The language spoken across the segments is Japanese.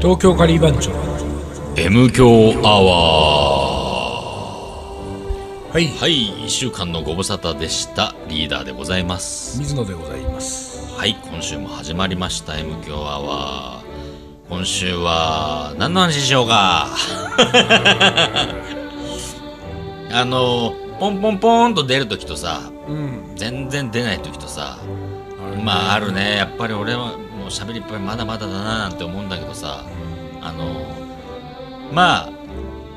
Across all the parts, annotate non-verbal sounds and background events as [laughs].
東京カリー番長 M 強アワはいーはい一週間のご無沙汰でしたリーダーでございます水野でございますはい今週も始まりました M 強アワー今週は何の話しようか [laughs] あのポンポンポンと出るときとさうん全然出ないときとさまああるねやっぱり俺はもう喋りっぱいまだまだだななんて思うんだけどさあのまあ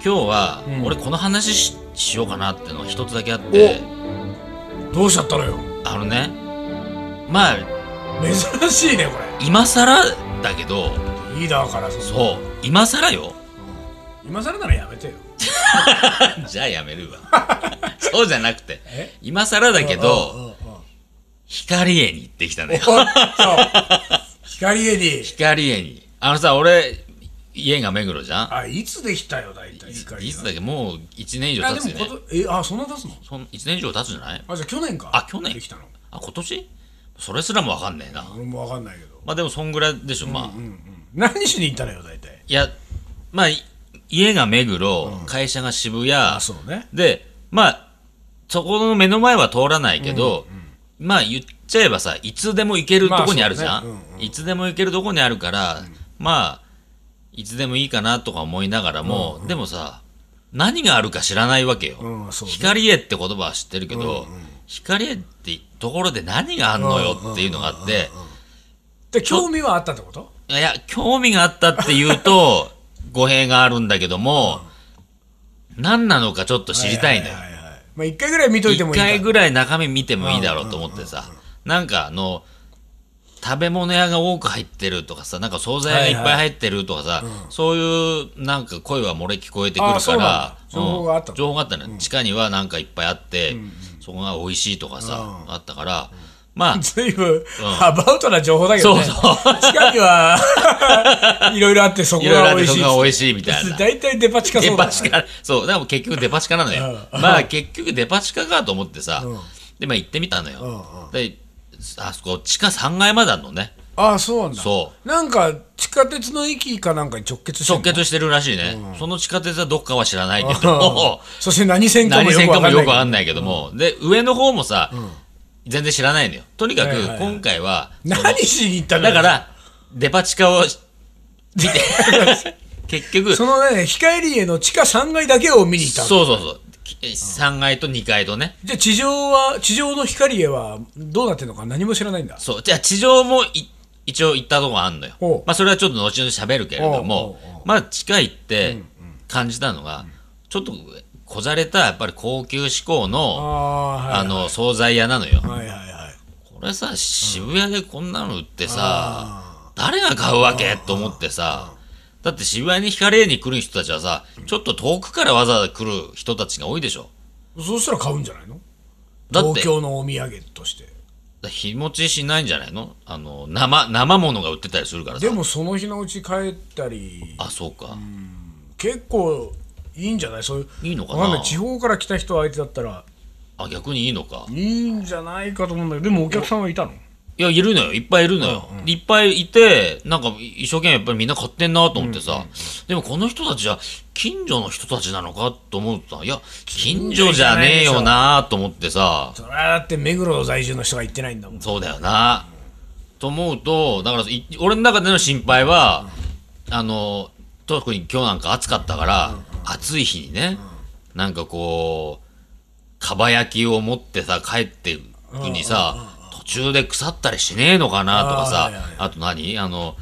今日はうん俺この話し,、しようかなってのが一つだけあってどうしちゃったのよあのねまあ珍しいねこ今更だけどれリーダーからそそう今更よ [laughs] 今更ならやめてよじゃあやめるわ [laughs] そうじゃなくてえ今更だけうんどうんうん光栄に行ってきたのよおっと光栄に光栄にあのさ俺家が目黒じゃんあいつできたよ大体いつ光いつだっけもう1年以上あ経つでよもこねとえあそんな経つのそん1年以上経つんじゃないあじゃあ去年かあ去年できたのあ今年それすらもわかんねえな俺もわかんないけどまあでもそんぐらいでしょまあ何しに行ったのよ大体いや、まあ、い家が目黒、会社が渋谷、あそうねで、まあ、そこの目の前は通らないけど、まあ言っちゃえばさ、いつでも行けるとこにあるじまあゃん。そうねいつでも行けるとこにあるから、まあ、いつでもいいかなとか思いながらも、でもさ、何があるか知らないわけよ。うんそうね光栄って言葉は知ってるけど、光栄ってところで何があんのよっていうのがあって、で興味はあったってこといや、興味があったって言うと、語弊があるんだけども、何なのかちょっと知りたいのよは。はいはいはいまあ一回ぐらい見といて一もいいから回ぐらい中身見てもいいだろうと思ってさ、なんかあの、食べ物屋が多く入ってるとかさ、なんか惣菜屋がいっぱい入ってるとかさ、そういうなんか声は漏れ聞こえてくるあそうかなんだら、情報があったのうん情報があったのよ。地下にはなんかいっぱいあって、そこが美味しいとかさ、あったから、 [laughs] まあ、ずいぶん、アバウトな情報だけどね。そうそう地下には、 [laughs] いろいろあってそこいろいろがあっ美て味そしいっこがつ美味しいみたいって。な。大体デパ地下そデうだパね。地下、そう、でも結局デパ地下なのよ。まあ結局デパ地下かと思ってさ、で、まあ行ってみたのよ。で、あそこ地下3階まであるのね。ああ、そうなんだ。そなんか、地下鉄の駅かなんかに直結してん直の結してるらしいね。その地下鉄はどっかは知らないけど、 [laughs] そして何線かも何よ線くわかかんもよないくけわかど。んないけども、で、上の方もさ、全然知らないのよ。とにかくはいはいはい今回は、何しに行ったのだから、デパ地下を見 [laughs] て、結局、そのね、光家の地下3階だけを見に行ったの。そうそうそう。3階と2階とね。じゃあ地上は、地上の光家はどうなってんのか何も知らないんだ。そう。じゃあ、地上もい一応行ったとこあんのよおう。まあ、それはちょっと後々喋るけれどもおうおう、まあ、地下行って感じたのが、ちょっとこざれた、やっぱり高級志向あの、あ、はい。あの、惣菜屋なのよ。はいはいはい。これさ、渋谷でこんなの売ってさ、誰が買うわけと思ってさ、だって渋谷に光栄に来る人たちはさ、ちょっと遠くからわざわざ来る人たちが多いでしょ。そうしたら買うんじゃないのだって東京のお土産として。日持ちしないんじゃないのあの、生、生ものが売ってたりするからさで。もその日のうち帰ったりあ、そうか。結構いいんじゃないそういういいのかなわんい地方から来た人相手だったらあ、逆にいいのか。いいんじゃないかと思うんだけどでもお客さんはいたのいや、いるのよ。いっぱいいるのよ。いっぱいいて、なんか一生懸命やっぱりみんな買ってんなと思ってさ、でもこの人たちは近所の人たちなのかと思ってた。いや、近所じゃねえよなと思ってさ、それはだって目黒在住の人が行ってないんだもんそうだよなと思うと、だからい俺の中での心配は、あの、特に今日なんか暑かったから、暑い日にね、なんかこう、かば焼きを持ってさ、帰ってくにさ、途中で腐ったりしねえのかなとかさ、あーはいはいはいあと何あ [laughs] の、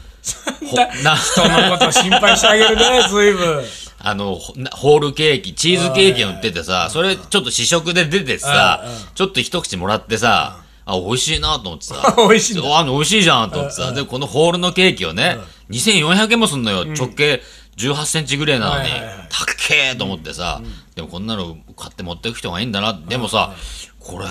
ほだな人のこと心配してあげる [laughs] ね随分、あの、ほなホールケーキ、チーズケーキを売っててさ、それちょっと試食で出てさ、ちょっと一口もらってさ、あ、美味しいなと思って [laughs] さ美味しいんだあの、美味しいじゃんと思ってさ、で、このホールのケーキをね、2400円もすんのよ、直径18センチぐらいなのにはいはいはい、たっけーと思ってさ、でもこんなの買って持っていく人がいいんだな、でもさ、これ、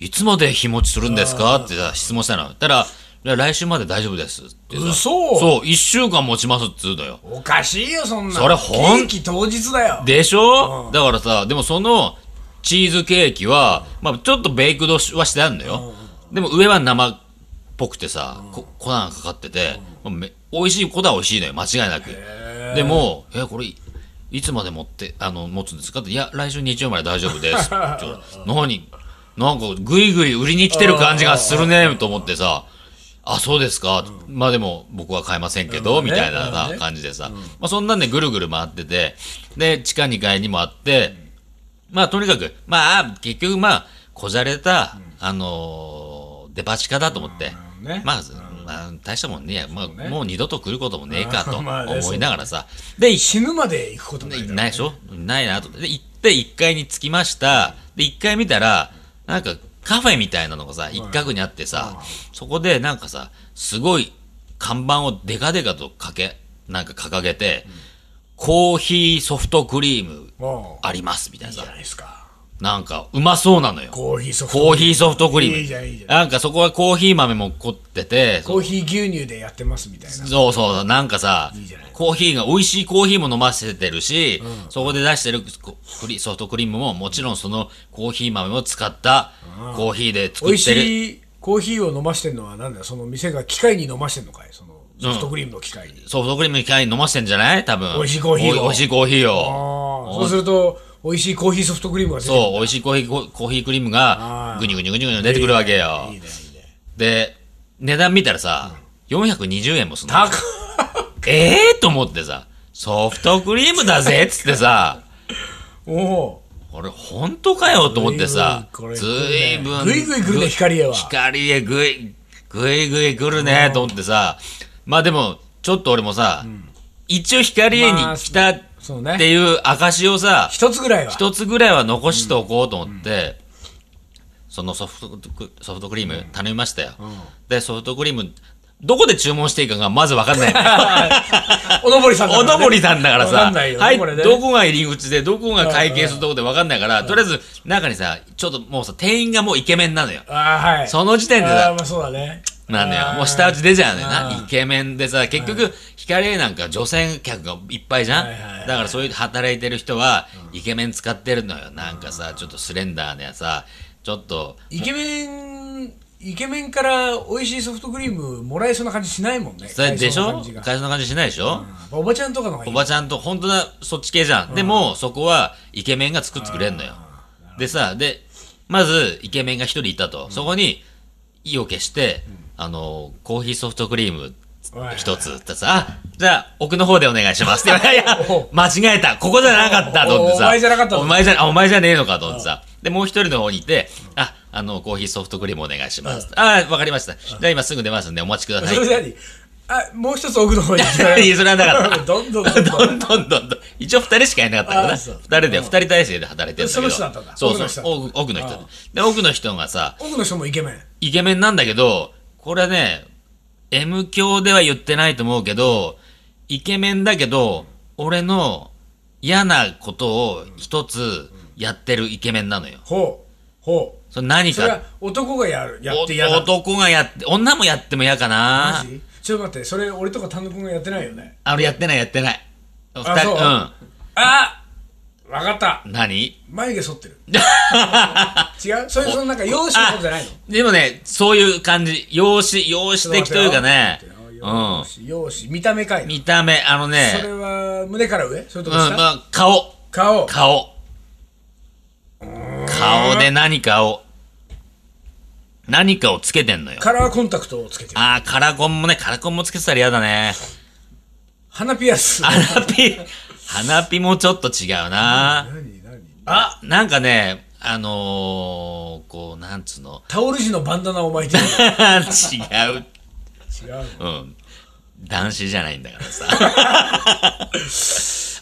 いつまで日持ちするんですかってさ、質問したの。たら、いや来週まで大丈夫ですってさ。嘘そう、1週間持ちますっつうのよ。おかしいよそんなのそれほんケーキ当日だよでしょ、だからさ、でもそのチーズケーキは、まあちょっとベイクドはしてあるのよ。でも上は生ぽくてさ、こ粉がかかってて、まあめ美味しいことは美味しいのよ間違いなくでも「えこれいいつまで持ってあの持つんですか?」って「いや来週日曜まで大丈夫です」って言ったら「何なんかぐいぐい売りに来てる感じがするね」と思ってさ「あそうですか」まあでも僕は買いませんけど」うんみたいなまあさね感じでさ、まあ、そんなんでぐるぐる回っててで地下2階にもあって、まあとにかくまあ結局まあこじゃれた、あのーデパ地下だと思って、うんねまあ、まあ、大したもんねえや、まあもう二度と来ることもねえか [laughs] とまあね思いながらさ、で死ぬまで行くことないからないでしょないなと思ってで行って1階に着きましたで1階見たらなんかカフェみたいなのがさ一角にあってさそこでなんかさすごい看板をデカデカとかけなんか掲げて、コーヒーソフトクリームもうありますみたいないいじゃさないですかなんかうまそうなのよコーヒーソフトコーヒーソフトクリームいいじゃんいいじゃんなんかそこはコーヒー豆も凝っててコーヒー牛乳でやってますみたいなそうそう、なんかさいいじゃない、コーヒーが、美味しいコーヒーも飲ませてるし、そこで出してるこクリソフトクリームも、もちろんそのコーヒー豆を使ったコーヒーで美作味ってる。しいコーヒーを飲ましてるのはなんだよその店が機械に飲ましてるのかいそのソフトクリームの機械に、ソフトクリームの機械に飲ませてんじゃない多分。美味しいコーヒーをお美味しいコーヒーああを。そうすると美味しいコーヒーソフトクリームが出てくるそう、美味しいコーヒー、ココーヒークリームがあ、ーぐにゅぐにゅぐにゅぐにゅ出てくるわけよいい。ねいいねで、値段見たらさ、420円もすんの。高っええと思ってさ、ソフトクリームだぜっつってさ、お俺、本当かよと思ってさ、これずいぶん。ぐいぐい来るね光栄は光栄ぐい、ぐいぐい来るね、と思ってさ、まあでも、ちょっと俺もさ、一応光栄に来たっおそうねていう証をさ、一つぐらいは一つぐらいは残しておこうと思って、そのソフトクソフトクリーム頼みましたよ。で、ソフトクリーム、どこで注文していいかがまずわかんないのよ。 [laughs] [laughs] おのぼりさんだかおらねのぼりさんだからわさ、んないよねはい、これねどこが入り口で、どこが会計するとこで分かんないから、とりあえず中にさ、ちょっともうさ、店員がもうイケメンなのよ。あーはいその時点であーさ、まあそうだねなのよ。もう下打ち出ちゃうのよな。イケメンでさ、結局、ヒカレなんか女性客がいっぱいじゃんはいはいは。いだからそういう働いてる人は、イケメン使ってるのよ。なんかさ、ちょっとスレンダーでさ、ちょっと、イケメンイケメンから美味しいソフトクリームもらえそうな感じしないもんねそれで買いしそうなょ感じが会社の感じしないでしょ、おばちゃんとかの方がいおいばちゃんと本当だそっち系じゃん、でもそこはイケメンが作ってくれんのよでさでまずイケメンが一人いたと、そこに意を消して、あのコーヒーソフトクリームはい一つってさ、あ、じゃあ、奥の方でお願いしますって。いやいや [laughs] お、間違えた。ここじゃなかったと思ってさ。おお前じゃなかったのお前じゃ、あお前じゃねえのかと思ってさ。で、もう一人の方にいて、あ、あの、コーヒーソフトクリームお願いします。あ、わかりました。じゃあ今すぐ出ますんでお待ちくださいそ。れ何あもう一つ奥の方に行きたいやそれはなかった [laughs] どんどんどんどんどんどんどんどん。一応二人しかいなかったからな。あ二そう人で、二人体制で働いてるんだけど。その人だったんだそうそう。奥奥奥の人。で、奥の人がさ、奥の人もイケメンイケメンなんだけど、これね、M 教では言ってないと思うけど、イケメンだけど、俺の嫌なことを一つやってるイケメンなのよ。ほうほうそれ何それかは、男がやるやおってやだ男がやって、女もやっても嫌かマな。ジちょっと待ってそれ俺とか単独君がやってないよねあれやってないやってない。二あ人、そううあわかったん。何眉毛剃 [laughs] ってる違うそれそのなんか容姿のことじゃないのでもね、そういう感じ、容姿、容姿的というかね、う容姿容姿見た目かいん。な見た目、あのねそ、れは胸から上それうとん、も下、まあ、顔、顔顔。顔で何かを、何かをつけてんのよ。カラーコンタクトをつけてるあー、カラコンもね、カラコンもつけてたら嫌だね。鼻ピアス花火、花火もちょっと違うな。何何あ、なんかね、あのー、こう、なんつうの。 [laughs] タオル地のバンダナを巻いてる違う。違ううん。男子じゃないんだからさ。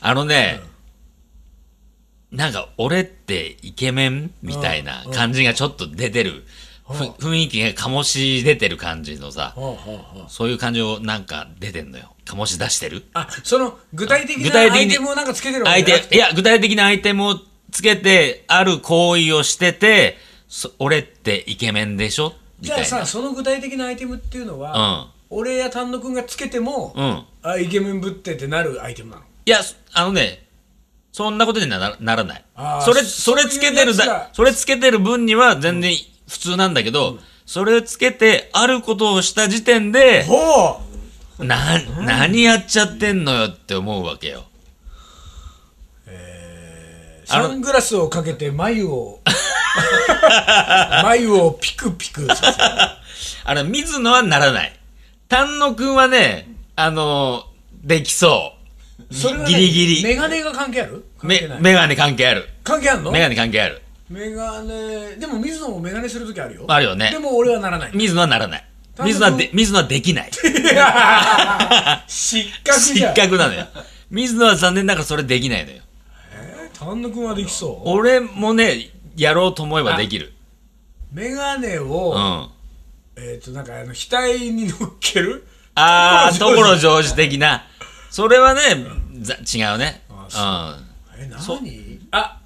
[laughs] あのね、なんか俺ってイケメンみたいな感じがちょっと出てる。ふ雰囲気が醸し出てる感じのさ、ほうほうほうそういう感じをなんか出てんのよ。醸し出してるあその具体的具な体ア的にイテムをなんかつけてるわけ相じゃなく手、いや、具体的なアイテムをつけて、ある行為をしてて、そ俺ってイケメンでしょみじたゃあいな。さその具体的なアイテムっていうのは、俺や丹野くんがつけても、うん。あイケメンぶってってなるアイテムなのいや、そあのね、そんなことにはなならないあ。ーそれ、そそれつけてるそういうやつだだ、それつけてる分には全然普通なんだけど、それつけて、あることをした時点で、ほな、何やっちゃってんのよって思うわけよ。うサングラスをかけて眉を眉をピクピクさせるあれ、水野はならない。丹野くんはね、あのーできそう。それは、ね、ギリギリ。メガネが関係ある関係めな、いメガネ関係ある。関係あるのメガネ関係ある。メガネでも水野もメガネするときあるよあるよねでも俺はなら [laughs] ない水野はならない。丹野くん水野はで、水野はできない。失格じ失ゃん格なのよ。水野は残念ながらそれできないのよ。えー丹野くんはできそ俺もね、やろうと思えばできる。うメガネうを、ん。あえっ、となんかあの額に乗っけるあー、所所ジョージジョージ的な。それはね、ざ違うね。えそう何あ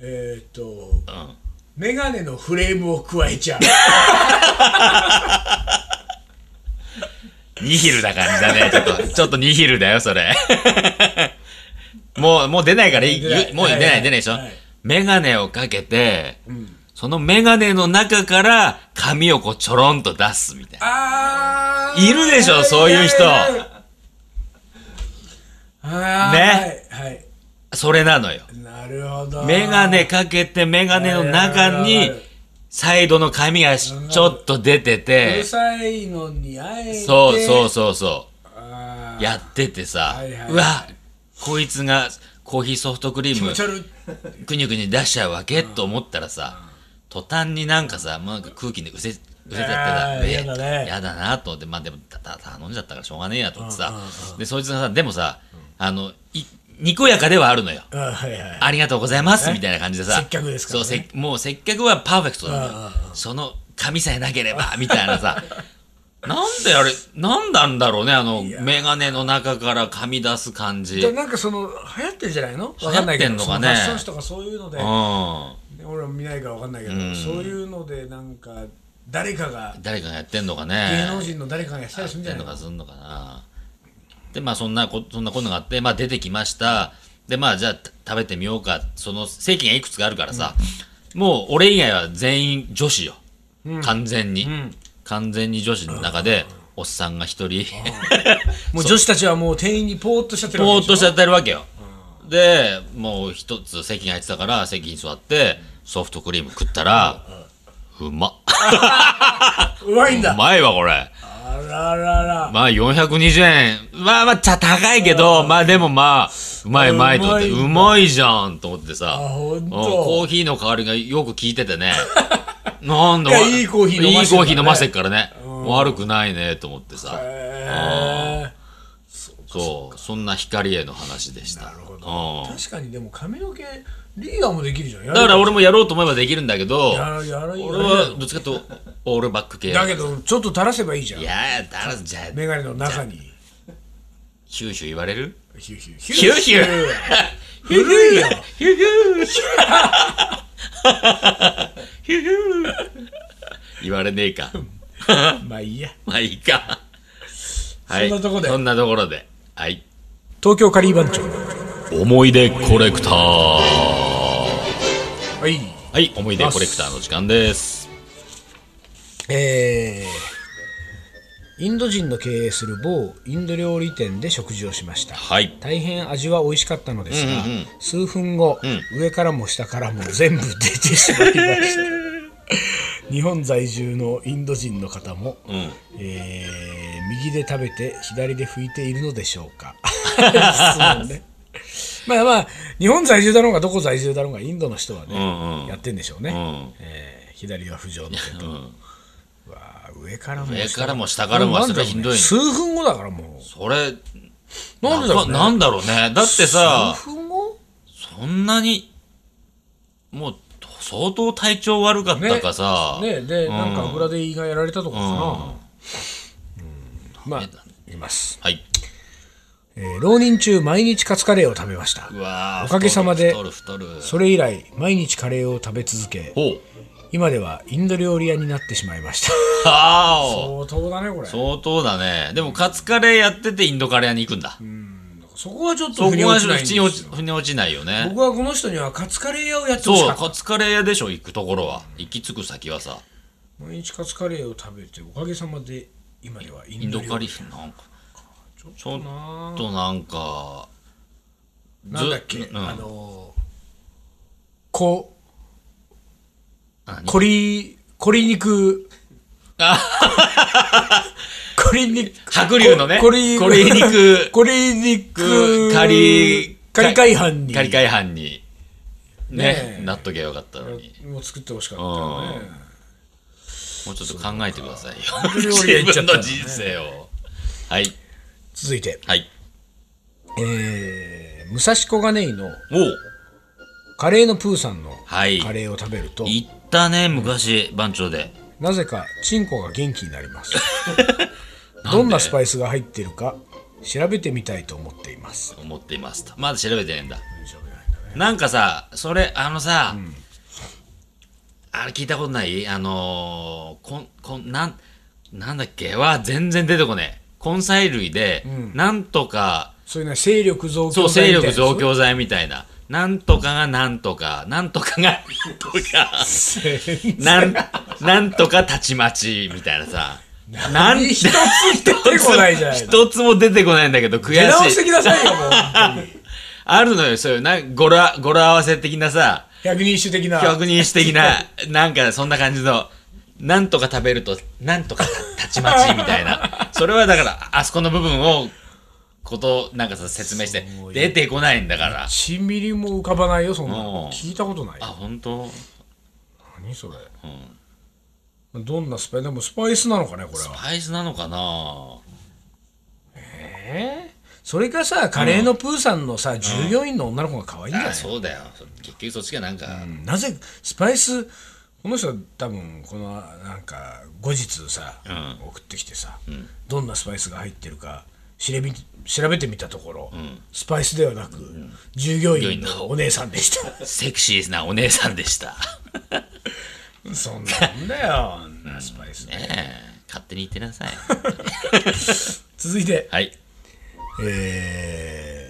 えっ、とうん。うん。メガネのフレームを加えち [laughs] ゃうニヒルな感じだね。ちょっと、ちょっとニヒルだよ、それ。 [laughs] もう、もう出ないからいい、出ないいもう出はないはいい、出ないでしょはい。メガネをかけて、そのメガネの中から髪をこうちょろんと出すみたいな。あいるでしょそういう人ねはい、はい、それなのよ。なるほどメガネかけてメガネの中はいはいにはい、サイドの髪がしちょっと出てうるて、さいのにあえてそうそううそうそう。やっててさはいはいは、いうわ、こいつがコーヒーソフトクリー気ム持ち悪いくにゅくにゅ出しちゃうわけと思ったらさ、途端になんかさ、もうなんか空気でうせ、うせちゃってあーた。でやだねやだなと思って、まあでも、た、た、頼んじゃったからしょうがねえやと思ってさ、で、そいつがさ、でもさ、あの、い、にこやかではあるのよ。あはいはいありがとうございます、みたいな感じでさ。接客ですからねそう、せ、もう接客はパーフェクトなのうんよ。その、髪さえなければ、 [laughs] みたいなさ。なんであれ、なんなんだろうね、あの、メガネの中から髪出す感じ。じゃあうん。なんかその流行ってんじゃないのわかんないけど流行ってんのかねそファッション誌とかそういうので俺は見ないからわかんないけど、うんそういうのでなんか誰かが誰かがやってんのかね。芸能人の誰かがやったりするんじやゃっなていんののかすんのかなでまあそんなこそんなこんなのがあって、まあ、出てきましたでまあじゃあた食べてみようかその席がいくつかあるからさ、もう俺以外は全員女子よ、完全に、ん完全に女子の中で、おっさんが一人もう女子たちはもう店員にポーっとしちゃってるわけぼでしょーっとしちゃってるわけよ、でもう一つ席が空いてたから席に座ってソフトクリーム食ったら、うまっうまいんうだまいわこれあらららまあ420円。まあまあ、ちゃ高いけど、まあでもまあ、うまいうまいと思って、うまいうまいじゃんと思ってさ。あほんとうんコーヒーの香りがよく効いてて [laughs] ね。なんだいやいいコーヒー飲まいいせてるからねコーヒー飲ませてっからね。悪くないねと思ってさ。へえそう、そんな光への話でした。うん確かにでも髪の毛リーダーもできるじゃんやるだから俺もやろうと思えばできるんだけど、やらやら俺はどっちかというとオールバック系。だけどちょっと垂らせばいいじゃんいやー、だらじゃあ、メガネの中にヒューヒュー言われるヒューヒューヒューヒュー古いよヒューヒューヒューヒュー言われねえか。まあいいやまあいいか。はいそんなとこでそんなところで。はい。東京カリー番長思い出コレクター。ははいい、思い出コレクターの時間です。えーインド人の経営する某インド料理店で食事をしましたはい。大変味は美味しかったのですが、うんうんうん数分後、上からも下からも全部出てしまいま [laughs] した日本在住のインド人の方も、うん。えー右で食べて左で拭いているのでしょ [laughs] うか質問ねまあまあ日本在住だろうがどこ在住だろうがインドの人はね、うんうんやってんでしょうね、うんえー左は不浄の手と、んうわー上からも上からも下からもはそれはひどいね数分後だからもそれ、うなんでだろうねなんだろうね。だってさ、数分後そんなに、もう、相当体調悪かったかさ。ねで、うんなんか油で胃がやられたとかかな、うんまあダメだいます、はい。えー浪人中毎日カツカレーを食べましたうわーおかげさまで太る太る太る。それ以来毎日カレーを食べ続けほう。今ではインド料理屋になってしまいましたあー相当だねこれそ相当だね。でも、カツカレーやっててインドカレー屋に行くんだ。こはちょっとそこ腑には落ちないんで普す通によ落ち腑に落ちないよね。僕はこの人にはカツカレー屋をやってほしそかう、ったカツカレー屋でしょ、行くところは。行き着く先はさ。毎日カツカレーを食べておかげさまで今ではイインンドドカ料リ理ーなんかちょっちとょなっとなんかずなんだっけ、うんあのーこ何こりこり肉こり肉白龍のねこりこり [laughs] 肉こり肉カリカリ海飯にカリカイ飯にねねえなっときゃよかったのにもう作ってほしかったよねもうちょっと考えてくださいよそうか [laughs] 自分の人生をはい続いてはいえー、武蔵小金井のおうカレーのプーさんのはいカレーを食べると、行ったね昔番長でなぜかチンコが元気になります [laughs] どんなスパイスが入ってるか調べてみたいと思っています思っていますとまだ調べてないんだなんかさそれあのさ、あれ聞いたことないあのーこんこんなんなんだっけは全然出てこねえ根菜類で、なんとかそういうのは勢力増そ強う剤勢みたいな力増強剤みたいななんとかがなんとかなんとかがなんと [laughs] かなんなんとかたちまちみたいなさなん一つ出てこないじゃないの [laughs] 一つも出てこないんだけど悔しい出直してきなさいよもう本 [laughs] 当にあるのよ、そういう、な、語呂、語呂合わせ的なさ、百人一首的な百人一首的な、 [laughs] なんかそんな感じの、なんとか食べると、なんとかたたちまちみたいな。それはだから、あそこの部分を、こと、なんかさ、説明して、出てこないんだから。 1ミリも浮かばないよそんなうんの聞いたことないあ、本当何それ、どんなスパイスでもスパイスなのかねこれはアイスなのかなえーそれかさカレーのプーさんのさ、従業員の女の子が可愛いんじゃないあ、そうだよ。結局そっちがなんか、なぜスパイスこの人は多分このなんか後日さ、送ってきてさ、どんなスパイスが入ってるか調べ調べてみたところ、スパイスではなく、従業員のお姉さんでし [laughs] セクシーなお姉さんでした。たそんなんだよあんなスパイス、ええ勝手に言ってなさい。続いてはい。え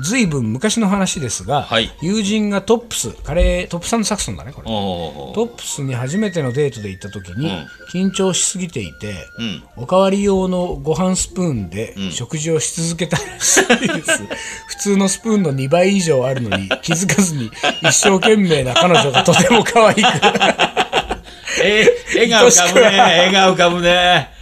ー、ずいぶん昔の話ですが、はい友人がトップスカレートップさんのサクソンだねこれおおトップスに初めてのデートで行った時に緊張しすぎていて、んおかわり用のご飯スプーンで食事をし続けたらしいです、 [laughs] 普通のスプーンの2倍以上ある [laughs] のに気づかずに一生懸命な彼女がとても可愛 [laughs] くえー、笑顔浮かぶね。笑顔浮かぶね。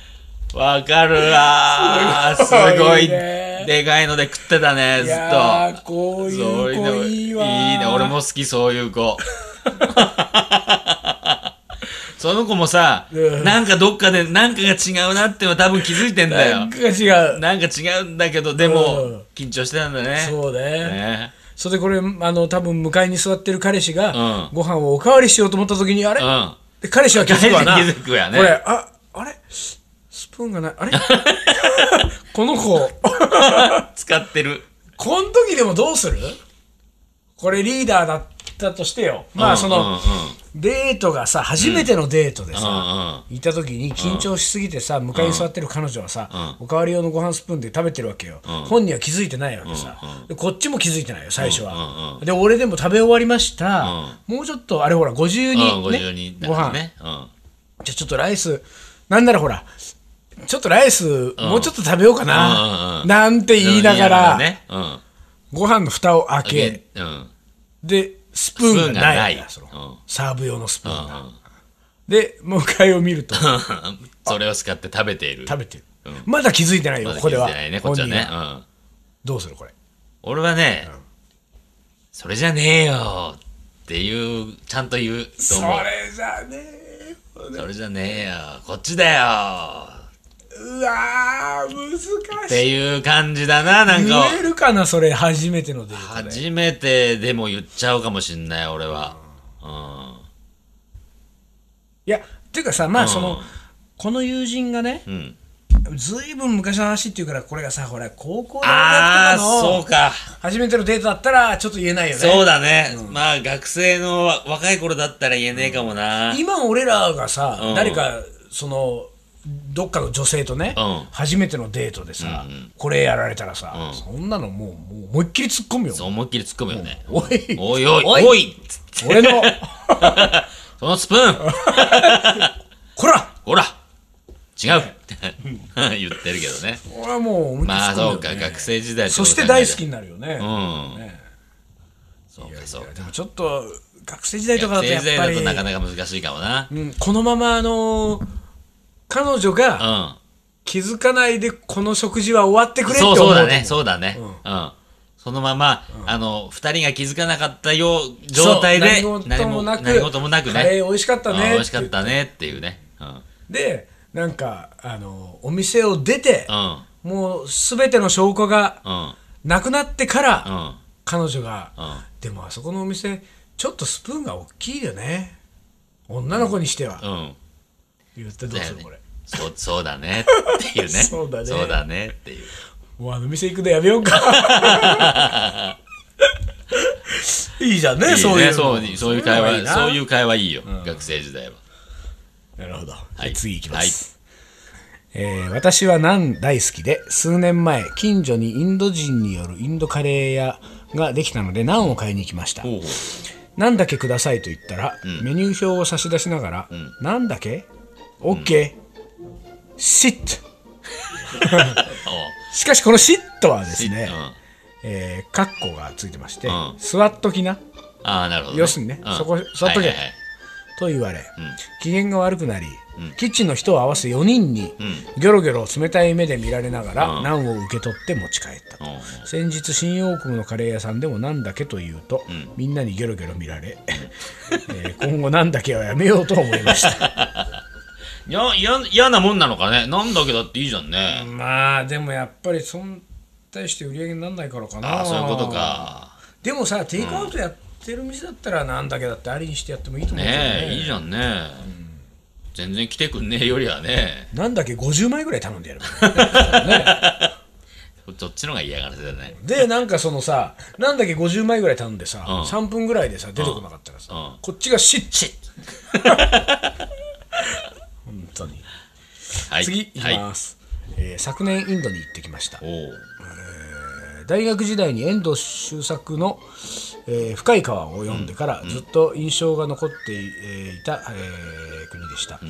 わかるわー。すすごいねごい。でかいので食ってたね、ずっと。こうそういいううの子いいわいいね。俺も好き、そういう子。 [laughs] その子もさ、うんなんかどっかで、なんかが違うなっては多分気づいてんだなよん。か違うなんか違うんだけど、でうんも、緊張してたんだね。そうねね。それでこれあの多分向かいに座ってる彼氏が、うんご飯をおかわりしようと思った時にあれ、うん。で彼氏は気づくわな。 [laughs] 彼氏は気づくやねこれ、あ、あれスプーンがない。 [laughs] あれこの子、使ってる。この時でもどうするこれリーダーだったとしてよ。まあその、うんうんうんデートがさ、初めてのデートでうんさ、いた時に緊張しすぎてさ、向かいに座ってる彼女はさ、おかわり用のご飯スプーンで食べてるわけよ。本人は気づいてないわけさ。でこっちも気づいてないよ、最初は。で、俺でも食べ終わりました。もうちょっと、あれほら、52うん。うん、ごねに、ご飯。ね。うん。じゃあちょっとライス、なんならほら、ちょっとライス、もうちょっと食べようかうんうんな、うんなんて言いながら、ね。うん。ご飯の蓋を開け、うん。で、スプーンがないスプーンがそないのうんサーブ用のスプーンが。うんで、向かいを見るとそれを使って食べている。食べてる。まだ気づいてないよ、まだこ気こでづいは。てないね、こっちは本ね人。うはん。どうするこれ。俺はね、それじゃねえよっていう、ちゃんと言うとそ思う。れじゃねえ。それじゃねえよ、こっちだようわー、難っしい。ていう感じだな、なん言か。えるかな、それ、初めてのデートで。初めてでも言っちゃうかもしんない、俺は。いや、っていうかさ、まあ、そうのん、この友人がね、うん。うん。ずいぶん昔の話っていうからこれがさほら高校大学ああ、とかのそうか。初めてのデートだったらちょっと言えないよねそうだね。まあ、学生のわ若い頃だったら言えねえかもな。今俺らがさ、うん誰かそのどっかの女性とね、うん初めてのデートでさ、これやられたらさ、そんなのもうもう思いっきり突っ込むよそう思いっきり突っ込むよね。おいおいおいおおいいっつって俺のこのスプーンこらほ [laughs] ら違うって言ってるけどね。俺はもう思いっきりまあ突っ込んだよそうか、学生時代ってこそとして考え大た好きになるよね。うん。ねそうか、そうでか。もちょっと学生時代とかだとや学っ生ぱだりとなかなか難しいかもな。うん、このままあのー彼女がう気づかないでこの食事は終わってくれん。って思そううそうだと思ね、そうだね。うん。そのまま、あの、二人が気づかなかったよう、そう状態で、何事もなく何事もなくカレね。ー美味しかったうんね美味しかったねっていうね。うん。うん。でなんかあのお店を出てうん。もう全ての証拠がうん。なくなってから、うん。彼女が、うんでもあそこのお店ちょっとスプーンが大きいよね女の子にしては、うん。言ってどうする、これそう、そうだねっていうね。 [laughs] そうだねそうだねっていう。もうあの店行くのやめようか [laughs] いいじゃんねいいねそういうのそうそういう会話、なそういう会話いいよ。学生時代は。なるほど。は、はいい次いきます。えー私はナン大好きで、数年前、近所にインド人によるインドカレー屋ができたので、ナンを買いに行きました。ほうほう。ナンだけくださいと言ったら、メニュー表を差し出しながら、ナンだけ ?OK、シット。しかし、このシットはですね、うん。えー、カッコがついてまして、うん座っときな。ああ、なるほど、要するにねうんそこ座っとけはいはいはいと言われ、機嫌が悪くなり、キッチンの人を合わせ4人に、ギョロギョロ冷たい目で見られながら、ナンを受け取って持ち帰ったと、うん先日新大久保のカレー屋さんでもなんだけというと、みんなにギョロギョロ見られ、 [laughs] えー今後なんだけはやめようと思いました [laughs] いや、いや、嫌なもんなのかね。なんだけどだっていいじゃんね。まあでもやっぱりそん対して売り上げにならないからかなああ、そういうことか。でもさテイクアウトやってる店だったらなんだけだってありにしてやってもいいと思うけどねねえ、いいじゃんね。全然来てくんねえよりはね。なんだけ50枚ぐらい頼んでやるそっちの方が嫌がらせだね。でなんかそのさなんだっけ50枚ぐらい頼んでさ、うん3分ぐらいでさ出てこなかったらさ、うんこっちがシッシ [laughs] ッ本当にはい。次いきはい。ます、えー昨年インドに行ってきましたおう大学時代に遠藤周作の、えー深い川」を読んでからずっと印象が残ってい,、えーいた、えー国でした、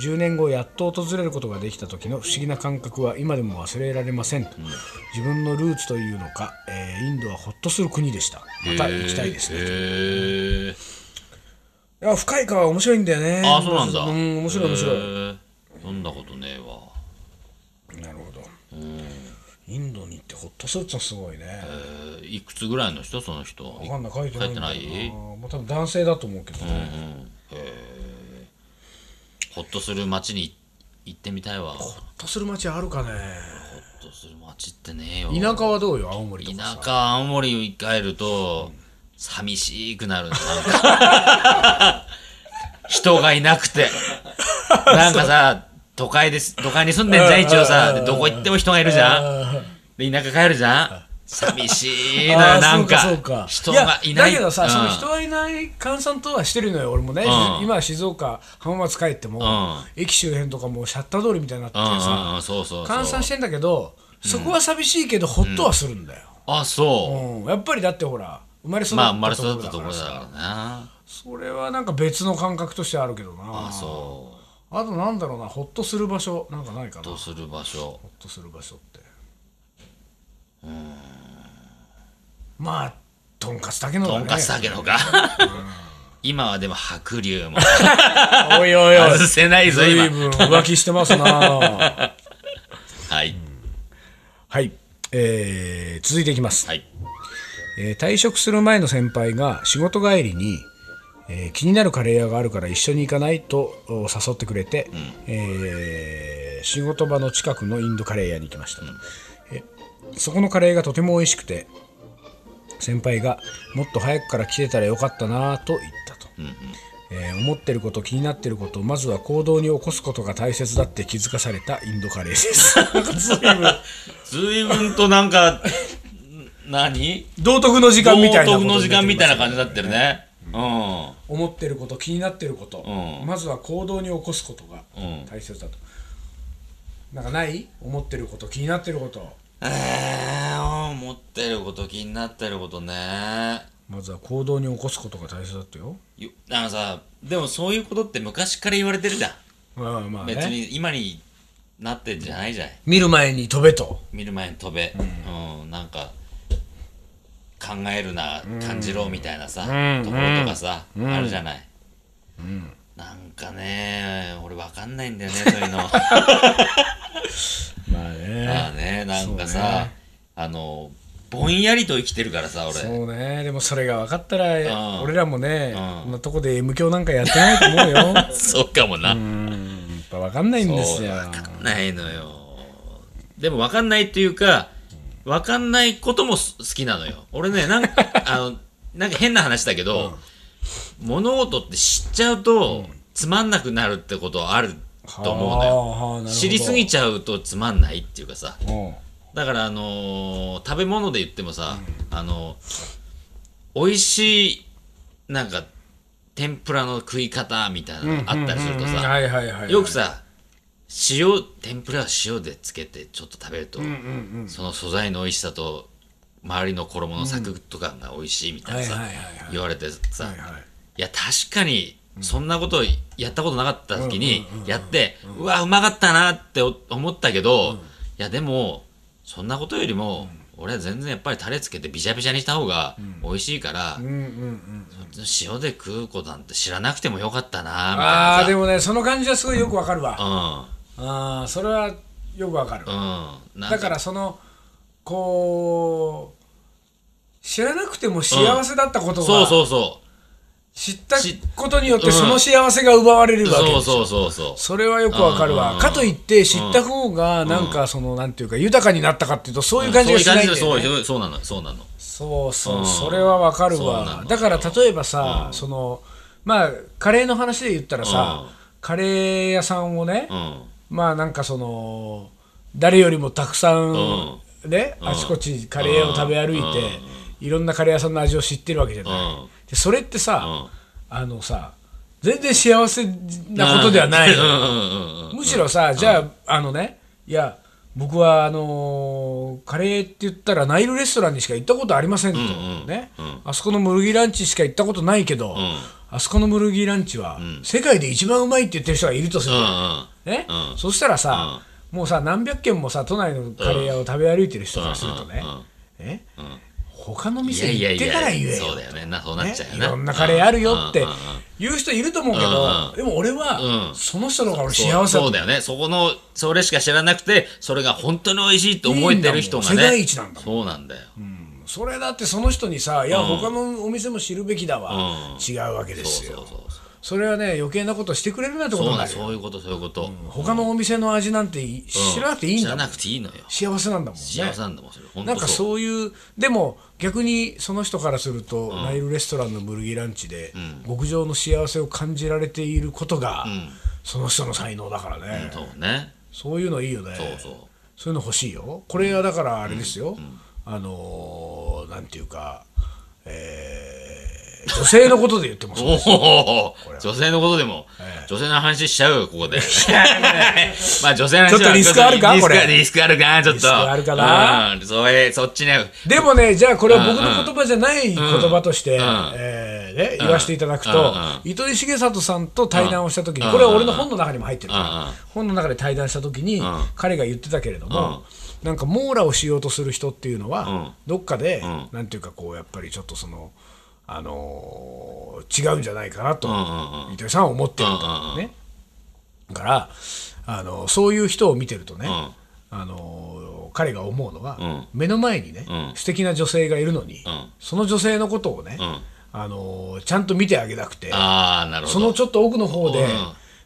10年後やっと訪れることができた時の不思議な感覚は今でも忘れられませんと、自分のルーツというのか、えーインドはほっとする国でしたまた行きたいですねへえ。いや深い川面白いんだよねああ、そうなんだ。うん面白い面白いい。読んだことねえわ。なるほどインドに行ってホッとするってのはすごいねえーいくつぐらいの人その人。わ分かんない書いてないんだよ書いてないもう多分男性だと思うけどねほっとする街に行ってみたいわ。ほっホッとする街あるかねとする街ってねえよ。田舎はどうよ青森とか田さ舎青森に帰ると、寂しくなるなな [laughs] んか人がいなくてなんかさ都会です都会に住んでんじゃん一応さでどこ行っても人がいるじゃんで田舎帰るじゃん寂しいなあーなんかそうかそ人うかがいないやだけどさ、うんその人がいない閑散とはしてるのよ俺もね、うん今静岡浜松帰っても、う駅周辺とかもうシャッター通りみたいになっててうんうんさうんそうそう閑そ散うしてんだけどそこは寂しいけど、ホッとはするんだよ、あそううん、やっぱりだってほら生まれ育っまあた生まれところ育っだたとからころださからなそれはなんか別の感覚としてあるけどなあそあとなんだろうなホッとする場所なんかないかなうどホうッする場所とする場所ってまあとんかつだけのとんかつだけけのか今はでも白 [laughs] 龍もおいおいおい外せないぞ随今分浮気してますな [laughs] はいはいえー、続いていきます、はいえー退職する前の先輩が仕事帰りに、えー気になるカレー屋があるから一緒に行かないとお誘ってくれて、えー仕事場の近くのインドカレー屋に行きました、えそこのカレーがとても美味しくて先輩がもっと早くから来てたらよかったなぁと言ったと、えー思ってること気になってることまずは行動に起こすことが大切だって気づかされたインドカレーです [laughs] なんか随分 [laughs] 随分となんか、ん何道徳の時道間みたいなこと徳になっのてきまし時た間ねみたいな感じになってるね。うん。思ってること気になってること、うんまずは行動に起こすことがうん大切だと、なんかない思ってること気になってることえー、思ってること気になってることね。まずは行動に起こすことが大切だってよよあのさでもそういうことって昔から言われてるじゃんまあまあ別ねに今になってんじゃないじゃない見る前に飛べと見る前に飛べうん、なんか考えるな感じろみたいなさ、うんところとかさ、あるじゃない、なんかね俺わかんな [laughs] いんだよねそういうのまあまあねねなんそかうさ、ねあのぼんやりと生きてるからさ俺そうねでもそれが分かったらうん俺らもねうんこんなとこで M 教なんかやってないと思う [laughs] よそうかもな、うんやっぱ分かんないんですよわかんないのよ。でもわかんないっていうか、わかんないこともす好きなのよ。俺ね、 [laughs] なんか、あの、なんか変な話だけど、物事って知っちゃうと、つまんなくなるってことはあると思うのよ。よ知りすぎちちゃうとつまんないっていうかさ。ゃうんだから、あのー食べ物で言ってもさ、あの美味しい、なんか、天ぷらの食い方みたいなのがあったりするとさ、うんはいはいはいはいよくさ塩天ぷらは塩でつけてちょっと食べると、うんうんその素材の美味しさと周りの衣のサクッと感が美味しいみたいなさ、はいはいはいはい言われてさ、はいいはいや確かにそんなことやったことなかった時にやって、うわうまかったなって思ったけど、いやでもそんなことよりも、俺は全然やっぱりタレつけてビシャビシャにした方が美味しいから、うんうんうん塩で食うことなんて知らなくてもよかったなみたいなああさでもねその感じはすごいよくわかるわうんああそれはよくわかるうん、なんだからそのこう知らなくても幸せだったことそうがそうそ知ったしことによってうんその幸せが奪われうるわけそうですそようそうそうそれはよくわかるうわんかといって知った方がなんかそのなんていうか豊かになったかっていうとそういう感じがしないんだそようねいう感じでそうそうなのそうなのそうそうう、んそれはわかるそうなわの。だから例えばさ、その、まあ、カレーの話で言ったらさ、うんカレー屋さんをね、うんまあなんかその、誰よりもたくさん、うね、あちこちカレーを食べ歩いて、いろんなカレー屋さんの味を知ってるわけじゃない。うんでそれってさ、うんあのさ、全然幸せなことではないうんのようんうんうんむしろさ、じゃあ、あのね、いや、僕はあのーカレーって言ったらナイルレストランにしか行ったことありませんと、んうんねうんあそこのムルギーランチしか行ったことないけど、んあそこのムルギーランチは、世界で一番うまいって言ってる人がいるとすうる、んうんねうんそしたらさ、もうさ何百軒もさ都内のカレー屋を食べ歩いてる人からするとね、ね他のい店やいや行っいやてから言えよそうだよねなそうなっねちゃうよいねろんなカレーあるよってうんうんうん言う人いると思うけど、うんうんでも俺は、うんその人の方が俺そう幸せだそうだよねそこのそれしか知らなくてそれが本当に美味しいと思えてる人がねいいんだもん世界一なんだそうなんだよ、それだってその人にさ「いや他のお店も知るべきだわ」うん違うわけですそようそうそうそれはね余計なことしてくれるなってこそうとそになんうなるよそういうことそういうこと、他のお店の味なんてい知らなくていいんだも知らんなくていいのよ幸せなんだもん幸ねせなんだもんそれ本当なんかそういうでも逆にその人からするとナイルレストランのブルギーランチで極上の幸せを感じられていることがその人の才能だからねそうねそういうのいいよねそうそうそういうの欲しいよ。これはだからあれですよ。あのーなんていうか、えー女性のことで言ってもそう。おお女性のことでも、女性の話しちゃうよこ [laughs] こで。まあ女性の話はちょっとリスクあるかリスクこれリスクあるかちょっと。リスクあるかなうん、それ、そっちね。でもね、じゃあこれは僕の言葉じゃない言葉として、うんえーね、言わせていただくと、糸井重里さんと対談をした時うに、んこれは俺の本の中にも入ってるからうんうん本の中で対談した時に、彼が言ってたけれども、なんか網羅をしようとする人っていうのは、んどっかで、んなんていうかこう、やっぱりちょっとその、あのー違うんじゃないかなと、うんうんうん。糸井さんは思ってると、うんうんうんねだからあのそういう人を見てるとね、んあの彼が思うのは、ん目の前にね、うん素敵な女性がいるのに、んその女性のことをね、んあのちゃんと見てあげなくてああ、なるほど。そのちょっと奥の方で、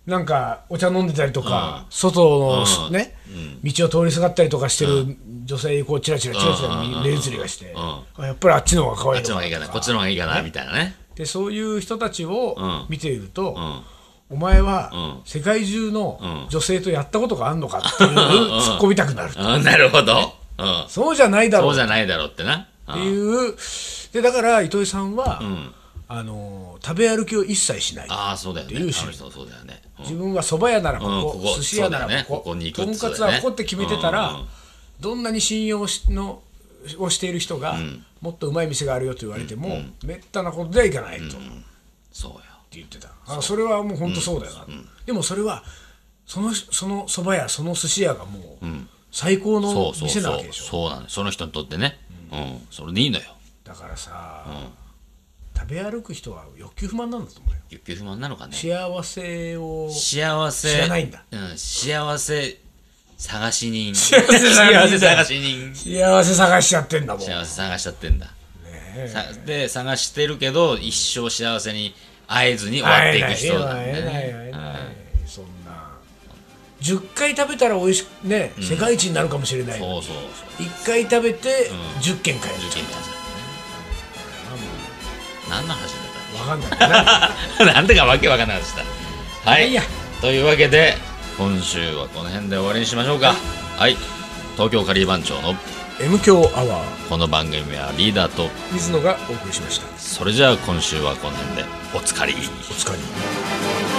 なんかお茶飲んでたりとか、外の、うんね、道を通りすがったりとかしてる女性にこうチラチラチラチうんうんうんうラんレンズりがして、うんあやっぱりあっちの方が可愛あいっのちのか方がいいかな、こっちの方がいいかな、みたいなね。でそういう人たちをうん見ていると、んお前はうん世界中のうん女性とやったことがあんのかっていう [laughs] 突っ込みたくなる、うん、なるほど。うん。そうじゃないだそろううじっゃないだろうってな。うてんいうでだから糸井さんは、んあのー食べ歩きを一切しないああ、そうだよね。っていうあ趣の人そうだよね。うん自分は蕎麦屋ならこうんこ,、ここ寿司屋ならそうだよねここ,、ここに行くとっんつうかねつはここって決めてたら、うんうんどんなに信用しのをしている人が、もっとうまい店があるよと言われても、めったなことではいかないと。そうよ。って言ってたあそれはもう本当そうだよな、でもそれはそのそのそば屋その寿司屋がもう最高そのうそう店なそわうけで。しょそうなんだよその人にとってね。うん。それでいいのよ。だからさ、食べ歩く人は欲求不満なんだと思うよ欲求不満なのかね。幸せを幸せ。知らないんだ。うん。幸せ探し人。幸せ探し人幸せ探し人。幸せ探しちゃってんだもんね幸せ探しちゃってんだ。えさで、探してるけど、一生幸せに会えずに終わっていく人なんだ会えよない会えない会えね。ないそんな10回食べたら美味しくね世界一になるかもしれない、そうそうそう。 1回食べて10軒買える受ちゃ験っ者た、だね。何の話だった [laughs] 分かんない [laughs] けどななんでかわけわかんなかった。はいいいや。というわけで、今週はこの辺で終わりにしましょうか。はい。東京カリー番長の M 強アワーこの番組はリーダーと、水野がお送りしましたそれじゃあ今週はこの辺でおつかり。お疲れ。